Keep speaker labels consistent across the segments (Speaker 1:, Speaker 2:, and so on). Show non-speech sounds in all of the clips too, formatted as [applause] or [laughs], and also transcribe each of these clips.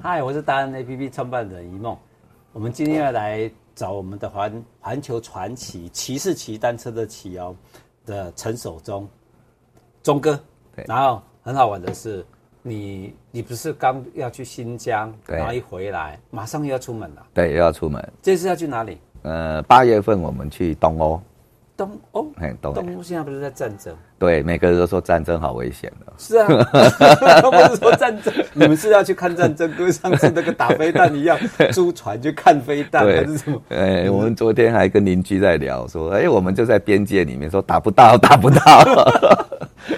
Speaker 1: 嗨，我是达人 APP 创办人一梦。我们今天要来找我们的环环球传奇骑士骑单车的骑哦的陈守忠忠哥
Speaker 2: 对。
Speaker 1: 然后很好玩的是，你你不是刚要去新疆，
Speaker 2: 对
Speaker 1: 然后一回来马上又要出门了，
Speaker 2: 对，又要出门。
Speaker 1: 这次要去哪里？
Speaker 2: 呃，八月份我们去东欧，
Speaker 1: 东欧。
Speaker 2: 嘿，东欧
Speaker 1: 东，欧现在不是在战争？
Speaker 2: 对，每个人都说战争好危险的。
Speaker 1: 是啊， [laughs] 不是说战
Speaker 2: [laughs]
Speaker 1: 争，你们是要去看战争，跟上次那个打飞弹一样，租船去看飞弹还是什么？
Speaker 2: 呃，我们昨天还跟邻居在聊，说，哎、我们就在边界里面，说打不到，打不到。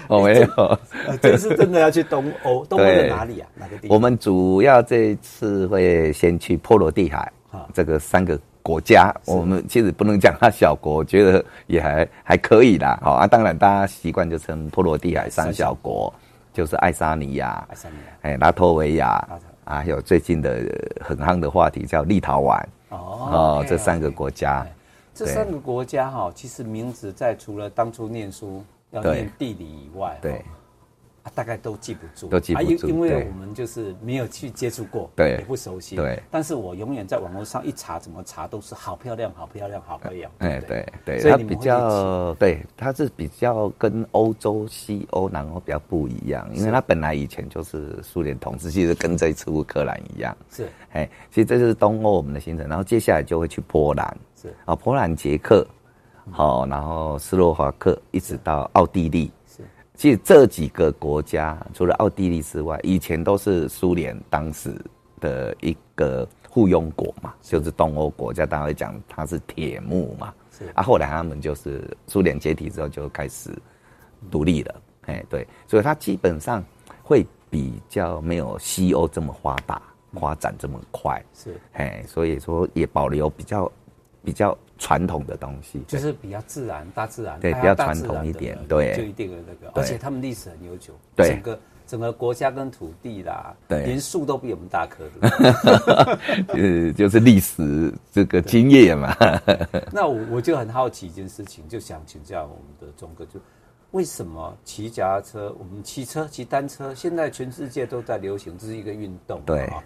Speaker 2: 我没有，
Speaker 1: [laughs] 呃，这次真的要去东欧，东欧在哪里啊？哪个地
Speaker 2: [laughs] 我
Speaker 1: 方？
Speaker 2: 们主要这一次会先去波罗的海
Speaker 1: 啊
Speaker 2: 这个三个国家，我们其实不能讲它小国，我觉得也还还可以啦。好、啊，当然大家习惯就称波罗的海三小国，就是爱沙尼亚
Speaker 1: 爱、沙啊尼亚
Speaker 2: 哎拉脱维亚
Speaker 1: 拉脱
Speaker 2: 啊，还有最近的呃很夯的话题叫立陶宛啊
Speaker 1: 哦，哎
Speaker 2: 这三个
Speaker 1: OK，OK
Speaker 2: 国家。
Speaker 1: 这三个国家哈，其实名字在除了当初念书要
Speaker 2: 对
Speaker 1: 念地理以外，
Speaker 2: 对，
Speaker 1: 啊大概都记不住，
Speaker 2: 都记不
Speaker 1: 啊因
Speaker 2: 住
Speaker 1: 因为
Speaker 2: 对
Speaker 1: 我们就是没有去接触过，
Speaker 2: 对
Speaker 1: 也不熟悉，
Speaker 2: 对
Speaker 1: 但是我永远在网络上一查，怎么查都是好漂亮，好漂亮，好漂亮，
Speaker 2: 哎，
Speaker 1: 不
Speaker 2: 对对，
Speaker 1: 所以
Speaker 2: 它
Speaker 1: 你
Speaker 2: 比
Speaker 1: 们会
Speaker 2: 较对，它是比较跟欧洲、西欧、南欧比较不一样，因为它本来以前就是苏联统治，其实跟这一次乌克兰一样。
Speaker 1: 去是
Speaker 2: 哎，其实这就是东欧我们的行程，然后接下来就会去波兰，
Speaker 1: 是
Speaker 2: 啊，波兰、捷克，好、然后斯洛伐克，一直到奥地利。
Speaker 1: 是
Speaker 2: 其实这几个国家，除了奥地利之外，以前都是苏联当时的一个附庸国嘛，就是东欧国家，大家会讲它是铁幕嘛。
Speaker 1: 是
Speaker 2: 啊，后来他们就是苏联解体之后就开始独立了，哎、对，所以它基本上会比较没有西欧这么发达，发展这么快，
Speaker 1: 是，
Speaker 2: 哎，所以说也保留比较比较传统的东西，
Speaker 1: 就是比较自然，大自然，
Speaker 2: 对
Speaker 1: 大家
Speaker 2: 比较
Speaker 1: 大自
Speaker 2: 传统
Speaker 1: 然
Speaker 2: 一
Speaker 1: 的
Speaker 2: 点
Speaker 1: 人
Speaker 2: 对
Speaker 1: 就一定有那个，
Speaker 2: 对
Speaker 1: 而且他们历史很悠久，
Speaker 2: 对
Speaker 1: 整个整个国家跟土地啦，
Speaker 2: 对
Speaker 1: 连树都比我们大棵，对
Speaker 2: [laughs]
Speaker 1: 不对
Speaker 2: 呃，就是历史这个经验嘛， [laughs]
Speaker 1: 那我我就很好奇一件事情，就想请教我们的钟哥，就为什么骑脚踏车，我们骑车、骑单车，现在全世界都在流行，这是一个运动，
Speaker 2: 对
Speaker 1: 啊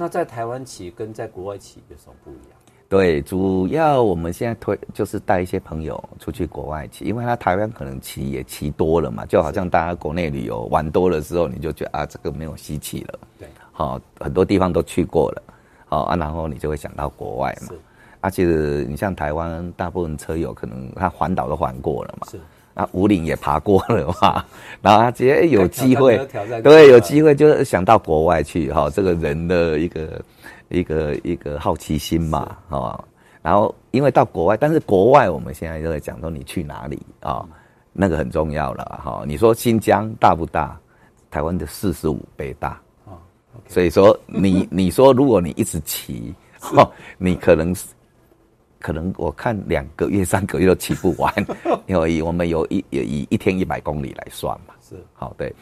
Speaker 1: 那在台湾骑跟在国外骑有什么不一样？
Speaker 2: 对，主要我们现在推就是带一些朋友出去国外骑，因为他台湾可能骑也骑多了嘛，就好像大家国内旅游玩多了之后，你就觉得啊，这个没有稀奇了，
Speaker 1: 对，
Speaker 2: 好、很多地方都去过了，好、啊，然后你就会想到国外嘛
Speaker 1: 是。
Speaker 2: 啊，其实你像台湾大部分车友可能他环岛都环过了嘛，
Speaker 1: 是
Speaker 2: 啊，五岭也爬过了嘛， [laughs] 然后他直接、哎有机
Speaker 1: 挑
Speaker 2: 会
Speaker 1: 战挑战，
Speaker 2: 对，有机会就想到国外去哈、这个人的一个一个一个好奇心嘛，哈、然后因为到国外，但是国外我们现在就在讲说你去哪里啊、那个很重要了哈、你说新疆大不大？台湾的四十五倍大，
Speaker 1: 啊，OK，
Speaker 2: 所以说你你说如果你一直骑，哦，你可能是可能我看两个月三个月都骑不完，因为以我们有一有以一天一百公里来算嘛，
Speaker 1: 是
Speaker 2: 好对，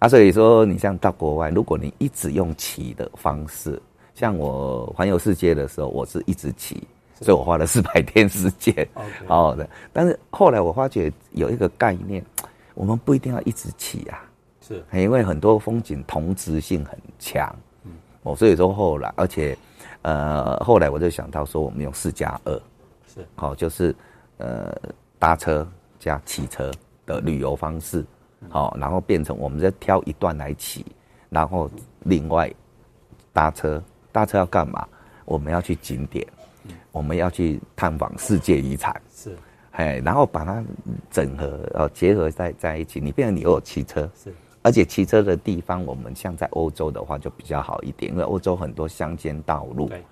Speaker 2: 啊，所以说你像到国外，如果你一直用骑的方式，像我环游世界的时候，我是一直骑，所以我花了四百 [laughs] 天时间
Speaker 1: OK
Speaker 2: 好好的，但是后来我发觉有一个概念，我们不一定要一直骑啊，
Speaker 1: 是
Speaker 2: 因为很多风景同质性很强，哦，所以说后来，而且，呃，后来我就想到说，我们用四加二，
Speaker 1: 是
Speaker 2: 好、就是呃搭车加骑车的旅游方式，好、然后变成我们再挑一段来骑，然后另外搭车，搭车要干嘛？我们要去景点，我们要去探访世界遗产，
Speaker 1: 是
Speaker 2: 哎，然后把它整合哦结合在在一起，你变成你又有骑车，
Speaker 1: 是
Speaker 2: 而且骑车的地方，我们像在欧洲的话就比较好一点，因为欧洲很多乡间道路，
Speaker 1: 对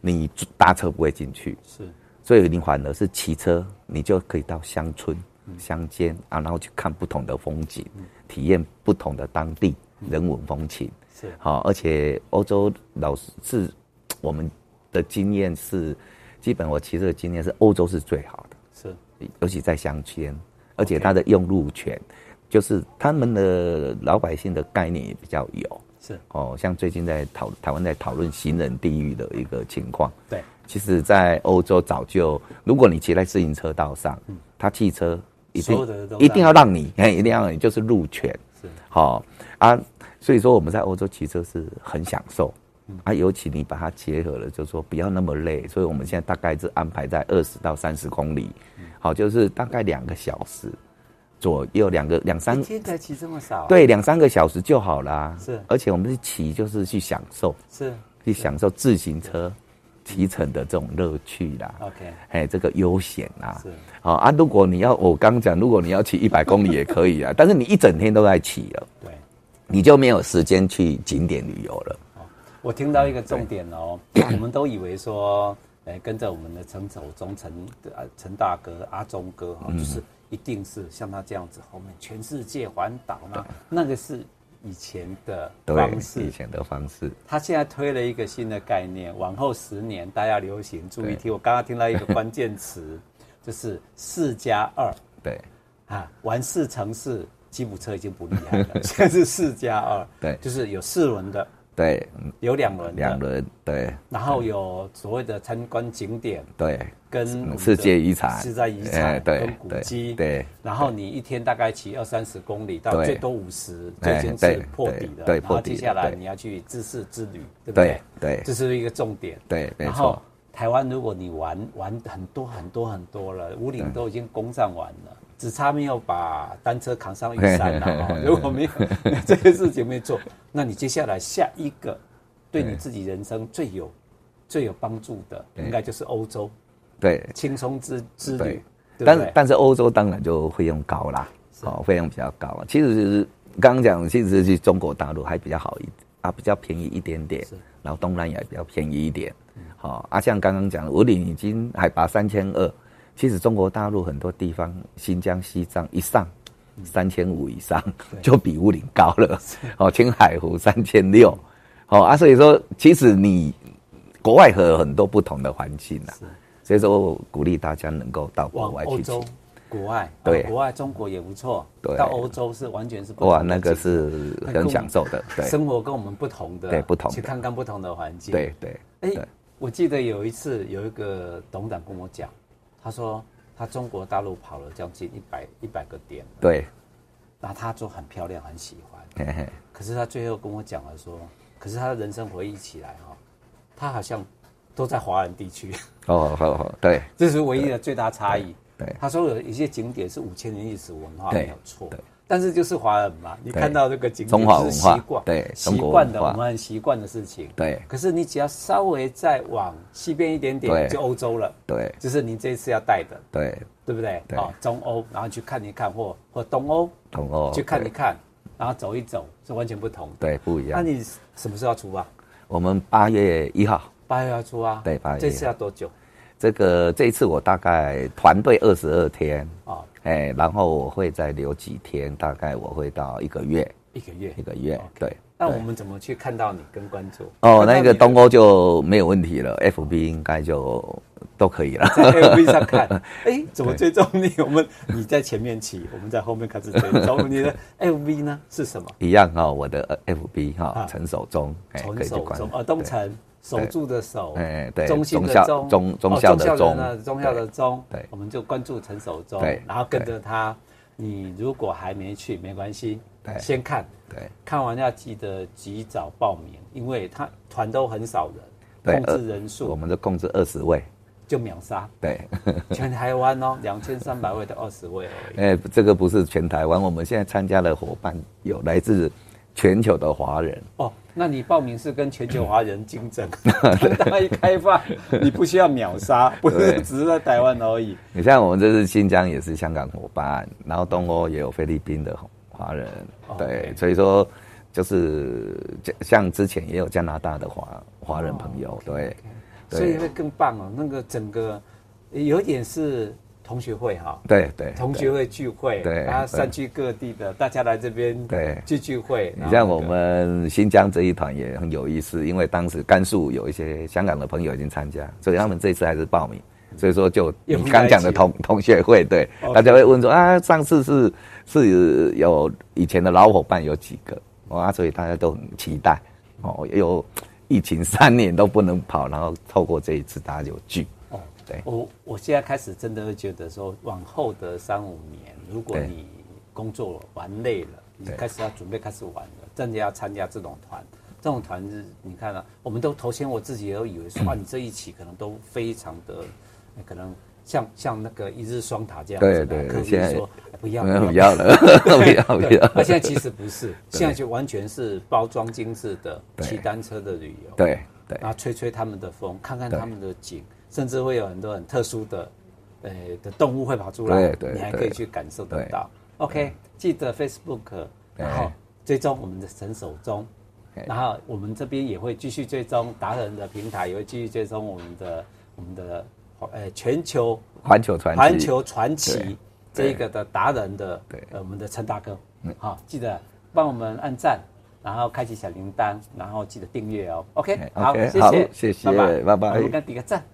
Speaker 2: 你搭车不会进去，
Speaker 1: 是
Speaker 2: 所以你反而是骑车，你就可以到乡村、乡间啊，然后去看不同的风景，体验不同的当地人文风情。
Speaker 1: 是
Speaker 2: 好、而且欧洲老师是我们的经验是，基本我骑车的经验是欧洲是最好的。
Speaker 1: 是
Speaker 2: 尤其在乡间，而且它的用路权就是他们的老百姓的概念也比较有
Speaker 1: 是，
Speaker 2: 哦。像最近在讨台湾在讨论行人地狱的一个情况，
Speaker 1: 对
Speaker 2: 其实，在欧洲早就，如果你骑在自行车道上，
Speaker 1: 嗯
Speaker 2: 他汽车一
Speaker 1: 所有的
Speaker 2: 定
Speaker 1: 都让
Speaker 2: 一定要让你，哎，一定要让你就是路权，
Speaker 1: 是
Speaker 2: 好、啊。所以说我们在欧洲骑车是很享受，
Speaker 1: 嗯
Speaker 2: 啊，尤其你把它结合了，就说不要那么累，所以我们现在大概是安排在二十到三十公里，
Speaker 1: 嗯
Speaker 2: 好，就是大概两个小时左右，两个两三
Speaker 1: 一天才骑这么少，，
Speaker 2: 对两三个小时就好啦。
Speaker 1: 是
Speaker 2: 而且我们是骑，就是去享受，
Speaker 1: 是
Speaker 2: 去享受自行车骑乘的这种乐趣啦。
Speaker 1: OK，
Speaker 2: 哎，这个悠闲啊
Speaker 1: 是，
Speaker 2: 好、啊！如果你要，我刚讲，如果你要骑一百公里也可以啊，但 [laughs] 是你一整天都在骑了，
Speaker 1: 对。
Speaker 2: 你就没有时间去景点旅游了。
Speaker 1: 我听到一个重点哦，我们都以为说，哎，跟着我们的陈守忠、陈呃陈大哥、阿忠哥
Speaker 2: 嗯
Speaker 1: 哈、就是一定是像他这样子，后面全世界环岛呢，那个是以前的
Speaker 2: 对
Speaker 1: 方，式
Speaker 2: 以。前的方式，
Speaker 1: 他现在推了一个新的概念，往后十年大家流行注意
Speaker 2: 对
Speaker 1: 听。我刚刚听到一个关键词，
Speaker 2: [laughs]
Speaker 1: 就是四加二
Speaker 2: 对
Speaker 1: 啊，玩四乘四，吉普车已经不厉害了，
Speaker 2: [laughs]
Speaker 1: 现在是四加二，
Speaker 2: 对
Speaker 1: 就是有四轮的，
Speaker 2: 对，嗯
Speaker 1: 有两轮的
Speaker 2: 两，轮，对
Speaker 1: 然后有所谓的参观景点
Speaker 2: 对，
Speaker 1: 跟我们
Speaker 2: 嗯
Speaker 1: 的
Speaker 2: 世界遗产，
Speaker 1: 世界遗
Speaker 2: 哎
Speaker 1: 产，
Speaker 2: 对
Speaker 1: 跟古
Speaker 2: 对
Speaker 1: 迹，
Speaker 2: 对。
Speaker 1: 然后你一天大概骑二三十公里，到
Speaker 2: 对
Speaker 1: 最多五十，
Speaker 2: 哎
Speaker 1: 最近
Speaker 2: 对
Speaker 1: 是破底的。
Speaker 2: 对对
Speaker 1: 然后
Speaker 2: 破底
Speaker 1: 接
Speaker 2: 的
Speaker 1: 下来
Speaker 2: 对
Speaker 1: 你要去自市之旅，对不
Speaker 2: 对
Speaker 1: 对？
Speaker 2: 对
Speaker 1: 这是一个重点。
Speaker 2: 对没
Speaker 1: 然后
Speaker 2: 错
Speaker 1: 台湾如果你玩玩很多很多很多了，五岭都已经攻占完了。只差没有把单车扛上玉山了、哦如果没有这个事情没做，那你接下来下一个对你
Speaker 2: 对
Speaker 1: 自己人生最有最有帮助的，
Speaker 2: 对
Speaker 1: 应该就是欧洲
Speaker 2: 对
Speaker 1: 轻松之之旅
Speaker 2: 对，
Speaker 1: 对不
Speaker 2: 但
Speaker 1: 对？
Speaker 2: 但是欧洲当然就费用高啦，哦，费用比较高。其实就是刚刚讲，其实去中国大陆还比较好一啊，比较便宜一点点
Speaker 1: 是，
Speaker 2: 然后东南亚也比较便宜一点。好、啊，像刚刚讲的，五岭已经海拔三千二，其实中国大陆很多地方，新疆、西藏一上。
Speaker 1: 嗯
Speaker 2: 三千五以上就比五岭高了，哦，青海湖三千六，哦啊，所以说其实你国外和很多不同的环境啊，所以说我鼓励大家能够到国
Speaker 1: 往
Speaker 2: 外
Speaker 1: 欧
Speaker 2: 去
Speaker 1: 洲
Speaker 2: 骑。、
Speaker 1: 国外，
Speaker 2: 对
Speaker 1: 啊国外中国也不错，
Speaker 2: 对
Speaker 1: 到欧洲是完全是不同的
Speaker 2: 哇，那个
Speaker 1: 景
Speaker 2: 是
Speaker 1: 很
Speaker 2: 很
Speaker 1: 酷
Speaker 2: 享受的，
Speaker 1: [laughs]
Speaker 2: 对
Speaker 1: 生活跟我们不同的，
Speaker 2: 对不同的
Speaker 1: 去看看不同的环境，
Speaker 2: 对对
Speaker 1: 哎、
Speaker 2: 对
Speaker 1: 我记得有一次有一个董事长跟我讲，他说他中国大陆跑了将近一百一百个点，
Speaker 2: 对，
Speaker 1: 那他就很漂亮，很喜欢。
Speaker 2: 嘿嘿，
Speaker 1: 可是他最后跟我讲了说，可是他的人生回忆起来哈、他好像都在华人地区， [laughs]
Speaker 2: 哦好好，对
Speaker 1: 这是唯一的最大差异。
Speaker 2: 对对
Speaker 1: 他说有一些景点是五千年历史文化
Speaker 2: 对
Speaker 1: 没有错
Speaker 2: 对，
Speaker 1: 但是就是华人嘛，你
Speaker 2: 对
Speaker 1: 看到这个景点
Speaker 2: 中华
Speaker 1: 就是
Speaker 2: 文化
Speaker 1: 习惯，
Speaker 2: 对
Speaker 1: 习
Speaker 2: 中国
Speaker 1: 惯的
Speaker 2: 文
Speaker 1: 我
Speaker 2: 化
Speaker 1: 们很习惯的事情，
Speaker 2: 对
Speaker 1: 可是你只要稍微再往西边一点点，
Speaker 2: 对
Speaker 1: 就欧洲了。
Speaker 2: 对
Speaker 1: 就是您这一次要带的，
Speaker 2: 对，
Speaker 1: 对不对？
Speaker 2: 对
Speaker 1: 哦，中欧，然后去看一看，或或东欧
Speaker 2: 同哦，
Speaker 1: 去看一
Speaker 2: 对
Speaker 1: 看，然后走一走，是完全不同的。
Speaker 2: 对不一
Speaker 1: 那
Speaker 2: 样。
Speaker 1: 你什么时候要出啊？
Speaker 2: 我们八月一号，
Speaker 1: 八月要出啊？
Speaker 2: 对8月
Speaker 1: 这次要多久？
Speaker 2: 这个这一次我大概团队二十二天，
Speaker 1: 哦，
Speaker 2: 哎，然后我会再留几天，大概我会到一个月，
Speaker 1: 一个月
Speaker 2: 一。个月
Speaker 1: OK，
Speaker 2: 对。
Speaker 1: 那我
Speaker 2: 对
Speaker 1: 们怎么去看到你跟关注？
Speaker 2: 哦，那个东
Speaker 1: 欧
Speaker 2: 欧就没有问题了，FB 应该就都可以了。 [laughs]
Speaker 1: FB 上看，哎，怎么追踪你？ [laughs] 我们你在前面骑，我们在后面开始
Speaker 2: [laughs]
Speaker 1: 追踪。你的 FB 呢是什么？
Speaker 2: 一样哈、我的呃 FB 哈、
Speaker 1: 啊
Speaker 2: 陈守忠，哎、可
Speaker 1: 从
Speaker 2: 以去
Speaker 1: 守
Speaker 2: 关注
Speaker 1: 中。呃东
Speaker 2: 对
Speaker 1: 城守住的守，
Speaker 2: 哎对
Speaker 1: 中心
Speaker 2: 忠
Speaker 1: 的
Speaker 2: 孝
Speaker 1: 忠，
Speaker 2: 忠忠
Speaker 1: 哦
Speaker 2: 孝的
Speaker 1: 忠
Speaker 2: 忠
Speaker 1: 呢忠孝的忠，
Speaker 2: 对对
Speaker 1: 我们就关注陈守忠
Speaker 2: 对，
Speaker 1: 然后跟着他。你如果还没去，没关系
Speaker 2: 对，
Speaker 1: 先看，
Speaker 2: 对
Speaker 1: 看完要记得及早报名，因为他团都很少
Speaker 2: 对
Speaker 1: 人，控制
Speaker 2: 呃
Speaker 1: 人
Speaker 2: 我
Speaker 1: 数
Speaker 2: 们的控制二十位，
Speaker 1: 就秒杀，
Speaker 2: 对，
Speaker 1: 全台湾哦，两千三百位的二十位而已。
Speaker 2: 哎、这个不是全台湾，我们现在参加的伙伴有来自全球的华人，
Speaker 1: 哦，那你报名是跟全球华人竞
Speaker 2: [laughs]
Speaker 1: 争， [laughs] 他一开放，你不需要秒杀，不是
Speaker 2: 对
Speaker 1: 只是在台湾而已。
Speaker 2: 你像我们这次新疆也是香港伙伴，然后东欧也有菲律宾的华人，
Speaker 1: 哦
Speaker 2: 对
Speaker 1: OK，
Speaker 2: 所以说就是像像之前也有加拿大的华华人朋友，对，对
Speaker 1: 所以会更棒哦。那个整个呃有点是同学会哈、
Speaker 2: 对对，
Speaker 1: 同学会聚会，
Speaker 2: 对
Speaker 1: 然后散居各地的大家来这边
Speaker 2: 对
Speaker 1: 聚聚会。
Speaker 2: 你
Speaker 1: 然后
Speaker 2: 像
Speaker 1: 那
Speaker 2: 我
Speaker 1: 个
Speaker 2: 们新疆这一团也很有意思，因为当时甘肃有一些香港的朋友已经参加，所以他们这次还是报名。所以说，就
Speaker 1: 也
Speaker 2: 你
Speaker 1: 不
Speaker 2: 刚讲
Speaker 1: 在一
Speaker 2: 的
Speaker 1: 起
Speaker 2: 同同学会，对
Speaker 1: OK
Speaker 2: 大家会问说啊，上次是是有以前的老伙伴有几个哦啊，所以大家都很期待哦。有疫情三年都不能跑，然后透过这一次大家有聚，
Speaker 1: 哦，
Speaker 2: 对
Speaker 1: 我我现在开始真的会觉得说，往后的三五年，如果
Speaker 2: 对
Speaker 1: 你工作玩累了，你
Speaker 2: 对
Speaker 1: 开始要准备开始玩了，真的要参加这种团，这种团是，你看啊，我们都头先我自己也有以为说啊，你这一期可能都非常的，呃可能像像那个一日双塔这样子的，
Speaker 2: 对对
Speaker 1: 客户
Speaker 2: 现在
Speaker 1: 就说哎不要
Speaker 2: [laughs] 嗯，不要了，不要不
Speaker 1: 对， [laughs]
Speaker 2: 要
Speaker 1: 那，现在其实不
Speaker 2: [laughs]
Speaker 1: 是，现在就完全是包装精致的
Speaker 2: 对
Speaker 1: 骑单车的旅游，
Speaker 2: 对对
Speaker 1: 然后吹吹他们的风，看看他
Speaker 2: 对
Speaker 1: 们的景，甚至会有很多很特殊的，呃的动物会跑出来，
Speaker 2: 对对
Speaker 1: 你还可以去感受得
Speaker 2: 对
Speaker 1: 到。OK，记得 Facebook，
Speaker 2: 对
Speaker 1: 然后追踪我们的神手中
Speaker 2: 对，
Speaker 1: 然后我们这边也会继续追踪达人的平台，也会继续追踪我们的我们的呃全球
Speaker 2: 环球传奇，
Speaker 1: 环球传奇
Speaker 2: 对
Speaker 1: 这一个的达人的，
Speaker 2: 对嗯
Speaker 1: 呃，我们的陈大哥，好，记得帮我们按赞，然后开启小铃铛，然后记得订阅哦。OK，
Speaker 2: 哎 OK，
Speaker 1: 好，
Speaker 2: 好
Speaker 1: 谢谢，
Speaker 2: 谢谢
Speaker 1: 拜
Speaker 2: 拜拜
Speaker 1: 我们跟他比个赞。